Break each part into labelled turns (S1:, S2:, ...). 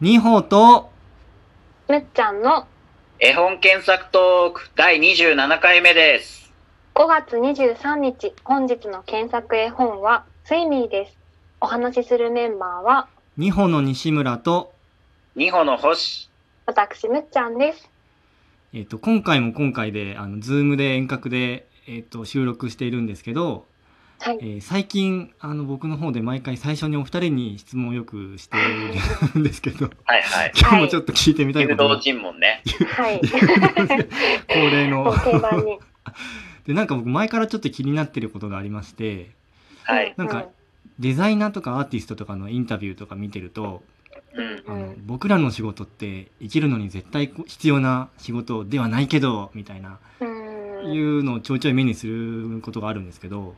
S1: 二歩と、
S2: むっちゃんの
S3: 絵本検索トーク第27回目です。
S2: 5月23日本日の検索絵本はスイミーです。お話しするメンバーは
S1: 二歩の西村と、
S3: 二歩の星。
S2: 私むっちゃんです。
S1: えっ、と、今回も今回で、あの、ズームで遠隔で、えっ、と、収録しているんですけど、
S2: はい
S1: えー最近、あの、僕の方で毎回最初にお二人に質問をよくしているんですけど、
S3: はいはい。
S1: 今日もちょっと聞いてみたい
S3: 誘
S1: ことが、
S3: 導尋問ね。
S2: はい。
S1: 恒例の
S2: もう。定番に。
S1: で、なんか僕前からちょっと気になってることがありまして、
S3: はい。
S1: なんかデザイナーとかアーティストとかのインタビューとか見てると、
S3: うん。
S1: あの
S2: うん
S1: 僕らの仕事って生きるのに絶対こう必要な仕事ではないけどみたいな
S2: うん。う
S1: い
S2: ーん。
S1: うのをちょいちょい目にすることがあるんですけど、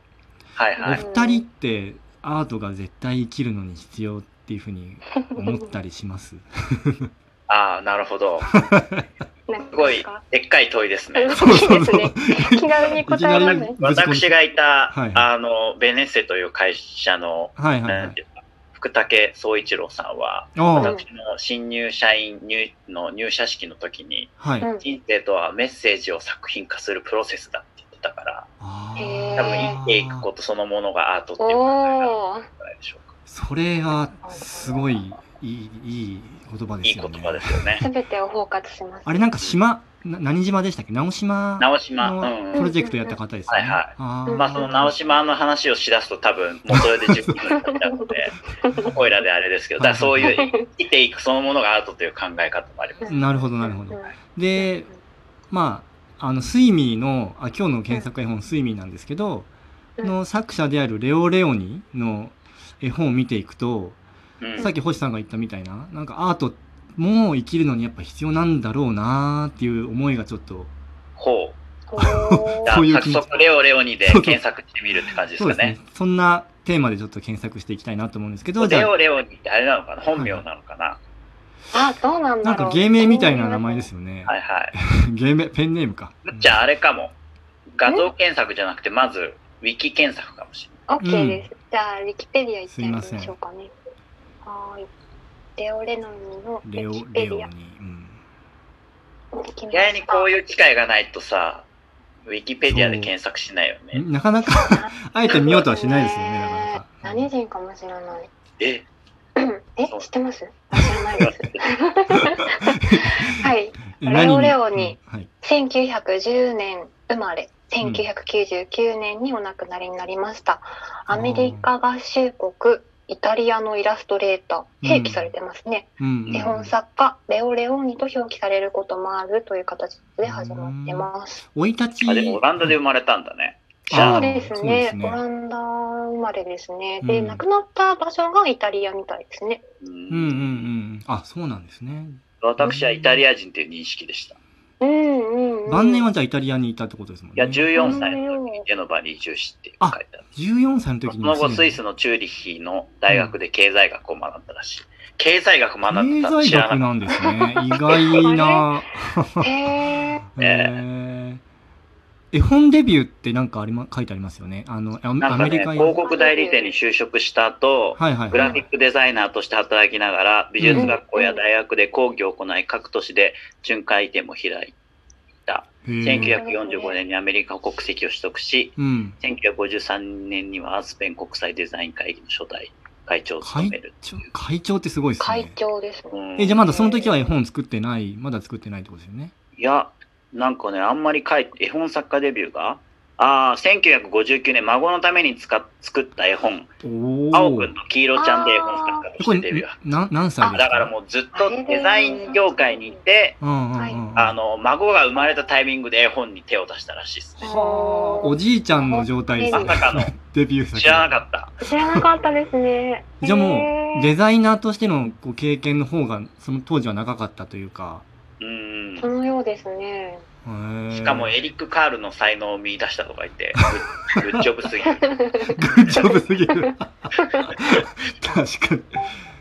S3: はいは
S1: お
S3: い。
S1: 二人ってアートが絶対生きるのに必要っていうふうに思ったりし ます。
S3: ああ、なるほど。
S2: なん
S3: すごい
S2: か、
S3: でっかい問いですね。
S2: そうですね。
S1: い
S2: 気軽に
S1: きな
S2: 答え
S1: り
S2: られない。
S1: ぶち込ん
S3: 私がいた、
S1: はい
S3: あの、ベネッセという会社の、
S1: はいはいは
S3: なんて
S1: い。
S3: いうか、福武総一郎さんは、
S1: ああ
S2: うん
S3: 私の新入社員入の入社式の時に、
S1: はい。
S2: うん
S3: 人生とはメッセージを作品化するプロセスだって言ってたから、
S1: あ
S2: へ
S1: ー
S2: ー
S3: 多分生きていくことそのものがアートっていう考え方
S2: おー。
S3: じゃないでしょうか。
S1: それはすごいいいいい言葉で
S3: いい
S1: すよ
S3: 言
S1: ね。
S3: 葉ですよ ね。
S2: すべてを包括します。
S1: あれなんか島な何島でしたっけ？直島
S3: 直島、うん
S1: のプロジェクトやった方ですよね。
S3: うんうんはいはい
S1: あ
S2: う
S1: ー
S2: ん
S3: まあその直島の話をしだすと多分もうそれで10分になっちゃう ので、オイラであれですけど、だからそういう生きていくそのものがアートという考え方もあります。
S1: なるほどなるほど。
S2: うん。
S1: でまああのスイミーのあ今日の検索絵本スイミーなんですけど、
S2: うん
S1: の作者であるレオ・レオニの絵本を見ていくと、
S3: うん
S1: さっき星さんが言ったみたいななんかアートも生きるのにやっぱ必要なんだろうなーっていう思いがちょっと
S3: ほ
S2: お
S3: う。
S2: ー
S3: じゃあ
S1: そういう気
S3: 早
S1: 持ち
S3: 速レオレオニで
S1: そうそう
S3: 検索してみるって感じです
S1: そう
S3: か
S1: ですね
S3: ね。
S1: そんなテーマでちょっと検索していきたいなと思うんですけどじ
S3: レ
S1: ゃ
S3: オレオニってあれなのかな本名なのかな、
S2: あ、どうなん
S1: あ
S2: だろ
S1: な。
S2: うん
S1: か芸名みたいな名前ですよね、
S3: はいはい。
S1: 芸名ペンネームか
S3: むっちゃんあれかも。画像検索じゃなくて、まず、ウィキ検索かもしれない。
S2: オッケーです。じゃあ、ウィキペディア行ってみます
S1: いません
S2: しょうかね。はーい。レオレノミのウ
S1: レオ
S2: ィキ・ペ
S1: レ
S2: デ
S1: オ
S2: ィ
S1: ニ
S2: ア。、
S1: うん、
S2: できま
S3: 意外にこう
S2: いう
S3: いう機会がないとさ、ウィキペディアで検索しないよね。
S1: なかな かあえて見ようとはしないですよねなかなか。
S2: 何人かも知らない。
S3: え、
S2: え、
S3: そう
S2: 知ってます知らな いです。はい。
S1: え何に
S2: レオレオニ
S1: うんはい
S2: 1910年生まれ。
S1: ん
S2: 1999年にお亡くなりになりました。アメリカ合衆国、イタリアのイラストレーター、併記されてますね。
S1: うんうん
S2: 絵本作家、レオレオーニと表記されることもあるという形で始まってます。
S1: 生い立ち
S3: あ、でもオランダで生まれたんだね。
S1: うん
S3: じゃ
S2: そ
S3: あ
S2: うです
S1: そうで
S2: ね
S1: す。
S2: オ
S1: ね
S2: ランダ生まれですね。で、
S1: うん
S2: 亡くなった場所がイタリアみたいですね。
S3: う
S1: うんうんうんうんんあそうなんですね
S3: 私はイタリア人っていう認識でした。い
S2: うんうん、うん。
S1: 晩年はじゃあイタリアにいたってことですもんね
S3: や、14歳の時にゲノバに移住してって書いてある。
S1: 14歳の時
S3: そ
S1: に
S3: の後、スイスのチューリッヒの大学で経済学を学んだらしい。経済学学
S1: 経
S3: んだたの知
S1: 済
S3: ら
S1: 学
S3: なかっ
S1: なんですね意外な
S2: へー
S3: れ
S1: へー絵本デビューってなんかあり、ま、書いてありますよねあのア
S3: た。
S1: メ
S3: な
S1: ア
S3: んか
S1: メ
S3: ね、
S1: リカ
S3: 広告代理店に就職した後、
S1: はいはい
S3: グラフィックデザイナーとして働きながら、美術学校や大学で講義を行い、各都市で巡回展も開いた。
S1: へー
S3: 1945年にアメリカ国籍を取得し、
S1: うん
S3: 1953年にはアスペン国際デザイン会議の初代会長を務める。
S1: ちょ会長ってすごいです
S2: 会
S1: ね
S2: 長ですね。
S3: うん
S1: えじゃあまだその時は絵本作ってないまだ作ってないってことですよね
S3: いや、なんかね、あんまり書いて、絵本作家デビューが、ああ、1959年、孫のために使っ作った絵本、
S1: おお
S3: 青くんと黄色ちゃんで絵本作家と
S1: こ
S3: して
S1: れ
S3: デビューだ。
S1: な何歳ですか
S3: だからもうずっとデザイン業界にいて、
S1: うんうんうん
S2: はい
S3: あの、孫が生まれたタイミングで絵本に手を出したらしいですね。
S2: はあ
S1: おじいちゃんの状態です
S3: ま
S1: ね
S3: さ かの、
S1: デビュー作
S3: 知らなかった。
S2: 知らなかったですね。
S1: じゃあ
S2: へ
S1: もう
S2: ー
S1: デザイナーとしてのこう経験の方がその当時は長かったというか
S3: うん。
S2: そのようですね。
S1: し
S3: しかもエリック・カールの才能を見出したとか言って、グ ッグッジョブすぎる。
S1: グッジョブすぎる確かに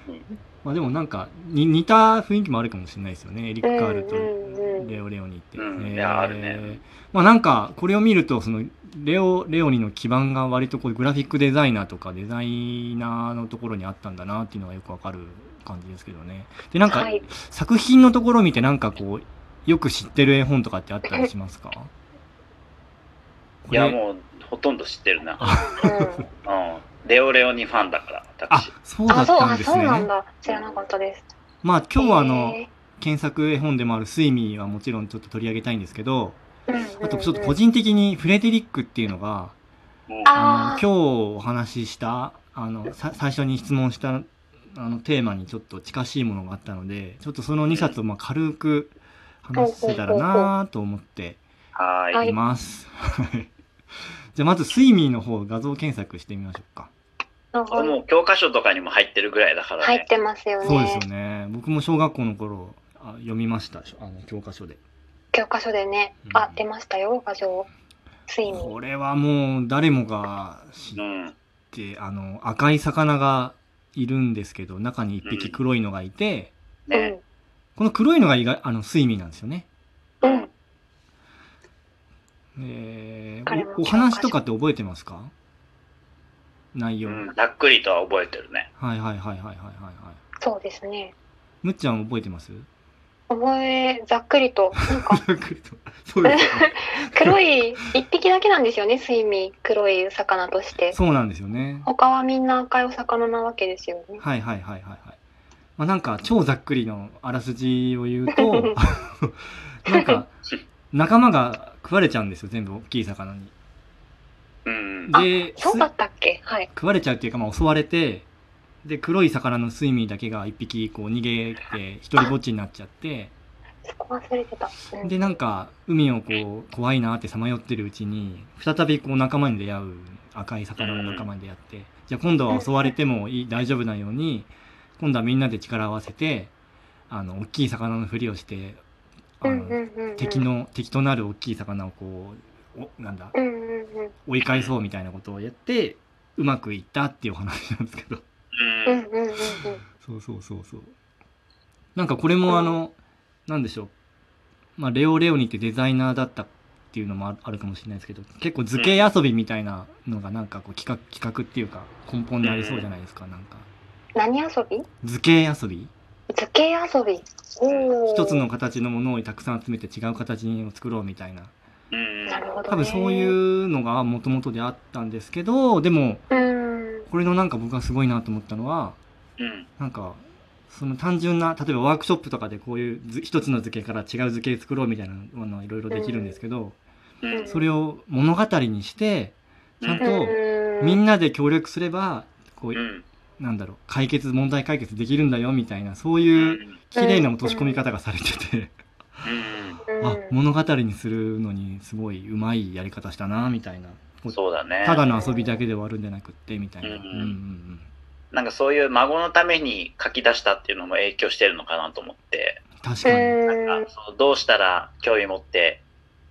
S3: うん
S1: まあでもなんかに似た雰囲気もあるかもしれないですよねエリック・カールと
S2: うんうんうん
S1: レオ・レオニって、
S3: うん
S1: へー
S3: いやあるね
S1: まあなんかこれを見るとそのレオ・レオニの基盤が割とこうグラフィックデザイナーとかデザイナーのところにあったんだなっていうのがよくわかる感じですけどね。で、なんか、
S2: はい、
S1: 作品のところ見てなんかこう、よく知ってる絵本とかってあったりしますか
S3: いや、
S1: う。
S3: もう、ほとんど知ってるな。
S2: うん、
S3: うん。レオレオにファンだから、
S1: あ
S3: 私。、
S1: そうだ
S2: あ
S1: っ
S2: そう
S1: たん
S2: あ
S1: です
S2: そう
S1: ね。
S2: なんだ知らなかったです
S1: まあ今日はあの、
S2: へ
S1: 検索絵本でもある「スイミー」はもちろんちょっと取り上げたいんですけど
S2: ーうんうんうん
S1: あとちょっと個人的にフレデリックっていうのが
S3: うん
S2: あ
S1: あの今
S2: ー
S1: 日お話ししたあのさ最初に質問したあのテーマにちょっと近しいものがあったのでちょっとその2冊をまあ軽く話せたらなと思って
S3: は。
S2: はいい
S1: います。 じゃあまず「スイミー」の方画像検索してみましょうか。
S2: なん
S3: こ
S2: か
S3: れもう教科書とかにも入ってるぐらいだから
S2: 入っ
S3: ね。
S2: てますよね
S1: そうですよね。僕も小学校の頃あ読みましたあの教科書で。
S2: 教科書でね、
S1: うん
S2: あ出ましたよ画像ついに
S1: これはもう誰もが知っ
S3: うん。
S1: ってあの赤い魚がいるんですけど中に1匹黒いのがいて、
S3: ね。
S1: この黒いのが意外あの睡眠なんですよね。
S2: うんうん
S1: え
S2: 彼も
S1: おお話とかって覚えてますか内
S3: う
S1: 容、
S3: ん。ざっくりとは覚えてるね。
S1: はいはいはいはいはいはいはい。
S2: そうですね
S1: むっちゃん覚えてます
S2: 覚えざっくりとなんか
S1: そうですよね
S2: 黒い一匹だけなんですよね睡眠黒い魚として
S1: そうなんですよね。
S2: 他はみんな赤いお魚なわけですよね
S1: はいはいはいはいはい。まあ、なんか超ざっくりのあらすじを言うとなんか仲間が食われちゃうんですよ全部大きい魚に。
S3: うん。
S1: で
S2: そう
S1: す
S2: だったっけはい
S1: 食われちゃうっていうか、まあ、襲われてで黒い魚のスイミーだけが一匹こう逃げて一人ぼっちになっちゃって
S2: そこ忘れてた、うん
S1: でなんか海をこう怖いなってさまよってるうちに再びこう仲間に出会う赤い魚の仲間に出会ってじゃあ今度は襲われてもいい大丈夫なように今度はみんなで力を合わせてあの大きい魚のふりをしてあ
S2: うんう
S1: の
S2: んうんうん
S1: 敵の敵となる大きい魚をこうおなんだ
S2: うんうんうん
S1: 追い返そうみたいなことをやってうまくいったっていうお話なんですけど。
S2: う
S3: うんん。
S2: うんうんうん
S1: そうそうそうそうなんかこれもあのなんでしょう、まあ、レオ・レオニってデザイナーだったっていうのもあるあるかもしれないですけど結構図形遊びみたいなのがなんかこう企画企画っていうか根本にありそうじゃないですかなんか
S2: 何遊び
S1: 図形遊び
S2: 図形遊びおー
S1: 一つの形のものをたくさん集めて違う形を作ろうみたいな
S3: うん。
S2: なるほど、ね、
S1: 多分そういうのがもともとであったんですけどでも
S2: うん
S1: これのなんか僕がすごいなと思ったのは
S3: うん。
S1: なんかその単純な例えばワークショップとかでこういう図一つの図形から違う図形作ろうみたいなものいろいろできるんですけど、
S3: うん。
S1: それを物語にしてちゃん
S2: う
S1: と
S2: ん
S1: みんなで協力すればこう、
S3: うん。
S1: なんだろう解決問題解決できるんだよみたいなそう
S3: う。
S1: いうん綺麗な落とし込み方がされてて、
S2: うん
S1: あ物語にするのにすごいうまいやり方したなみたいな
S3: うん。そうだね。
S1: ただの遊びだけで終わるんじゃなくってみたいな。
S3: うん
S1: うんうん
S3: なんかそういう孫のために書き出したっていうのも影響してるのかなと思って、
S1: うん、確かに、
S3: なん
S2: うん
S3: かそうどうしたら興味持って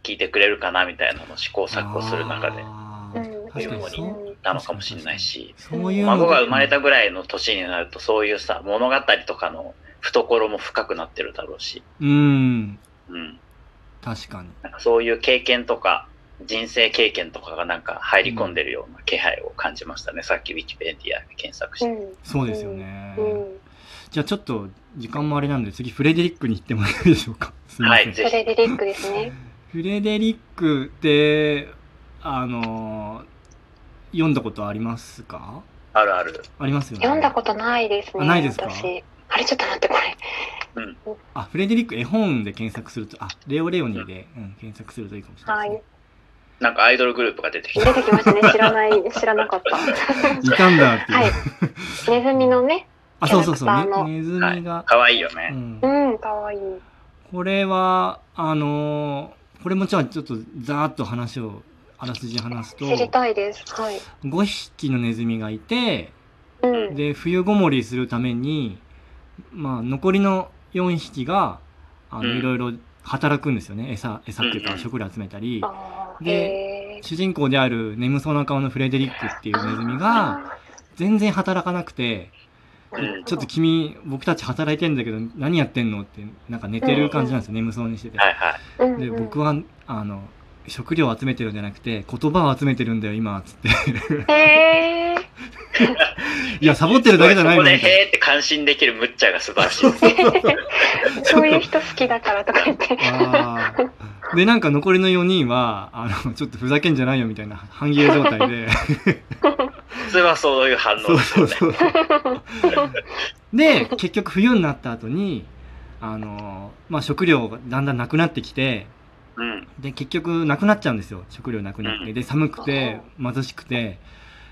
S3: 聞いてくれるかなみたいなのを試行錯誤する中で
S1: あ
S2: う
S1: ー
S2: ん
S1: 確かに
S3: いう
S1: そ
S3: も
S1: う
S3: なのかもしれないし、
S1: そういうの
S3: 孫が生まれたぐらいの年になるとそういうさ、物語とかの懐も深くなってるだろうし、
S1: うん
S3: うん。
S1: 確かに
S3: なんかそういう経験とか、人生経験とかがなんか入り込んでるような気配を感じましたね。さっきウィキペディアで検索し
S2: う
S3: て。
S2: ん
S1: そうですよね、
S2: うん
S1: じゃあちょっと時間もあれなんで次フレデリックに行ってもらえるでしょうかすません
S3: はいぜ
S2: それでリックですね
S1: フレデリックってあのー読んだことありますか
S3: あるある。
S1: ありますよね
S2: 読んだことないですね
S1: あないですか
S2: 私あれちょっと待ってこれ
S1: あフレデリック絵本で検索するとあレオレオニーで、うん、検索するといいかもしれな
S2: はいい
S1: で
S3: なんかアイドルグループが出てきた。
S2: 出てきましたね知らない 知らなかった
S1: す ねいたんだっていう、
S2: はいネズミのね
S1: あそうそうそう
S2: キャラクターの
S1: ねネズミが、
S3: かわいいよ
S1: う
S3: ね。
S1: ん
S2: うんかわいい
S1: これはあのーこれもじゃあちょっとざーっと話をあらすじ話すと
S2: 知りたいですはい
S1: 5匹のネズミがいて
S2: うん
S1: で冬ごもりするために、まあ、残りの4匹があの、
S3: うん
S1: いろいろ働くんですよね餌餌っていう
S3: うん
S1: か
S3: うん
S1: 食料集めたり、
S2: あー
S1: で
S2: へー
S1: 主人公である眠そうな顔のフレデリックっていうネズミが
S2: あ
S1: 全然働かなくて
S2: ー
S3: う
S2: なる
S3: ん
S2: ほど
S1: ちょっと君僕たち働いてんだけど何やってんのってなんか寝てる感じなんですよ眠そうにしてて。
S3: はいはい。
S2: うんうん
S1: で僕はあの食料を集めてるんじゃなくて言葉を集めてるんだよ今つって
S2: へー
S1: いや、サボってるだけじゃない
S3: そ
S1: の
S3: こで、
S1: みたい
S3: へーって感心できるむっちゃんが素晴らしいで す。
S2: そういう人好きだからとか言って。
S1: な。あーで、なんか残りの4人は、あの、ちょっとふざけんじゃないよみたいな半切れ状態 で、
S3: 普通はそういう反応
S1: そう
S3: です
S1: そ
S3: よ
S1: う
S3: ね。
S1: そう。で、結局冬になった後に、あの、まあ、食料がだんだんなくなってきて、
S3: うん。
S1: で、結局なくなっちゃうんですよ。食料なくなって。で、寒くて、貧しくて、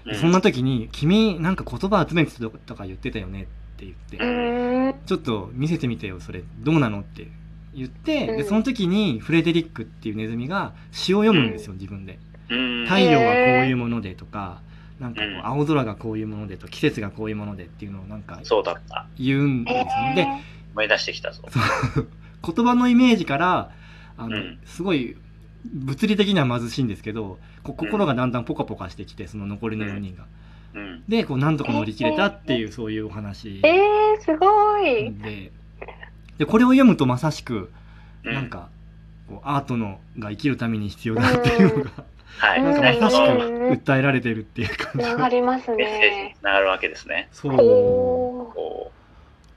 S3: う
S1: そんな時に「君なんか言葉集めてたとか言ってたよね」って言って
S2: うーん。
S1: 「ちょっと見せてみてよそれどうなの?」って言って
S2: う
S1: で
S2: ん
S1: その時にフレデリックっていうネズミが詩を読むんですよ自分で。
S3: うん
S1: 太陽はこういうものでとかなんかこう
S3: うん
S1: 青空がこういうものでと季節がこういうものでっていうのをなんか
S3: そうだった。
S1: 言うんですよ
S2: え。
S1: で
S2: ー
S3: 思い出してきたぞ。
S1: 言葉のイメージからあの、
S3: うん
S1: すごい物理的には貧しいんですけどこう心がだんだんポカポカしてきてその残りの4人が。
S3: うん。
S1: でこうなんとか乗り切れたっていうそういうお話。
S2: えー、すごい。
S1: ででこれを読むとまさしく
S3: うん
S1: なんかこうアートのが生きるために必要だっていうのが、
S3: はい。
S1: なんか
S3: ね
S1: まさしく
S3: その
S1: 訴えられてるっていう感じ
S2: つながります
S3: メッセージに
S2: ね。
S3: つながるわけですね。
S1: そう
S2: おー。
S3: こ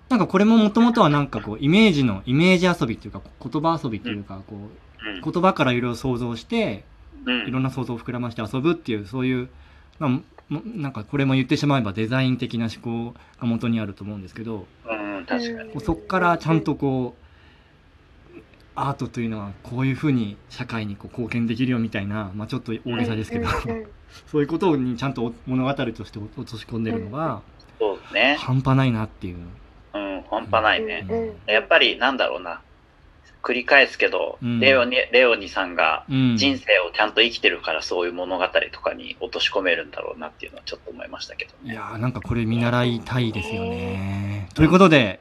S1: なんかこれももともとはなんかこうイメージのイメージ遊びっていうか言葉遊びっていうかこう
S3: う。うん。
S1: 言葉からいろいろ想像して
S3: うん
S1: いろんな想像を膨らまして遊ぶっていうそういう、まあ、もなんかこれも言ってしまえばデザイン的な思考が元にあると思うんですけど
S3: うん、確かに。
S1: こうそこからちゃんとこうアートというのはこういうふうに社会にこう貢献できるよみたいな、まあ、ちょっと大げさですけど、
S2: うんうんうん
S1: そういうことにちゃんと物語として落とし込んでるのが
S3: そうですね。
S1: 半端ないなっていう。
S3: うん、半端ないね。
S2: うんうん
S3: やっぱり、なんだろうな。繰り返すけど、
S1: うん
S3: レオニ、レオニさんが
S1: うん、
S3: 人生をちゃんと生きてるから、そういう物語とかに落とし込めるんだろうなっていうのはちょっと思いましたけど
S1: い
S3: ね。
S1: やーなんかこれ見習いたいですよね。ということで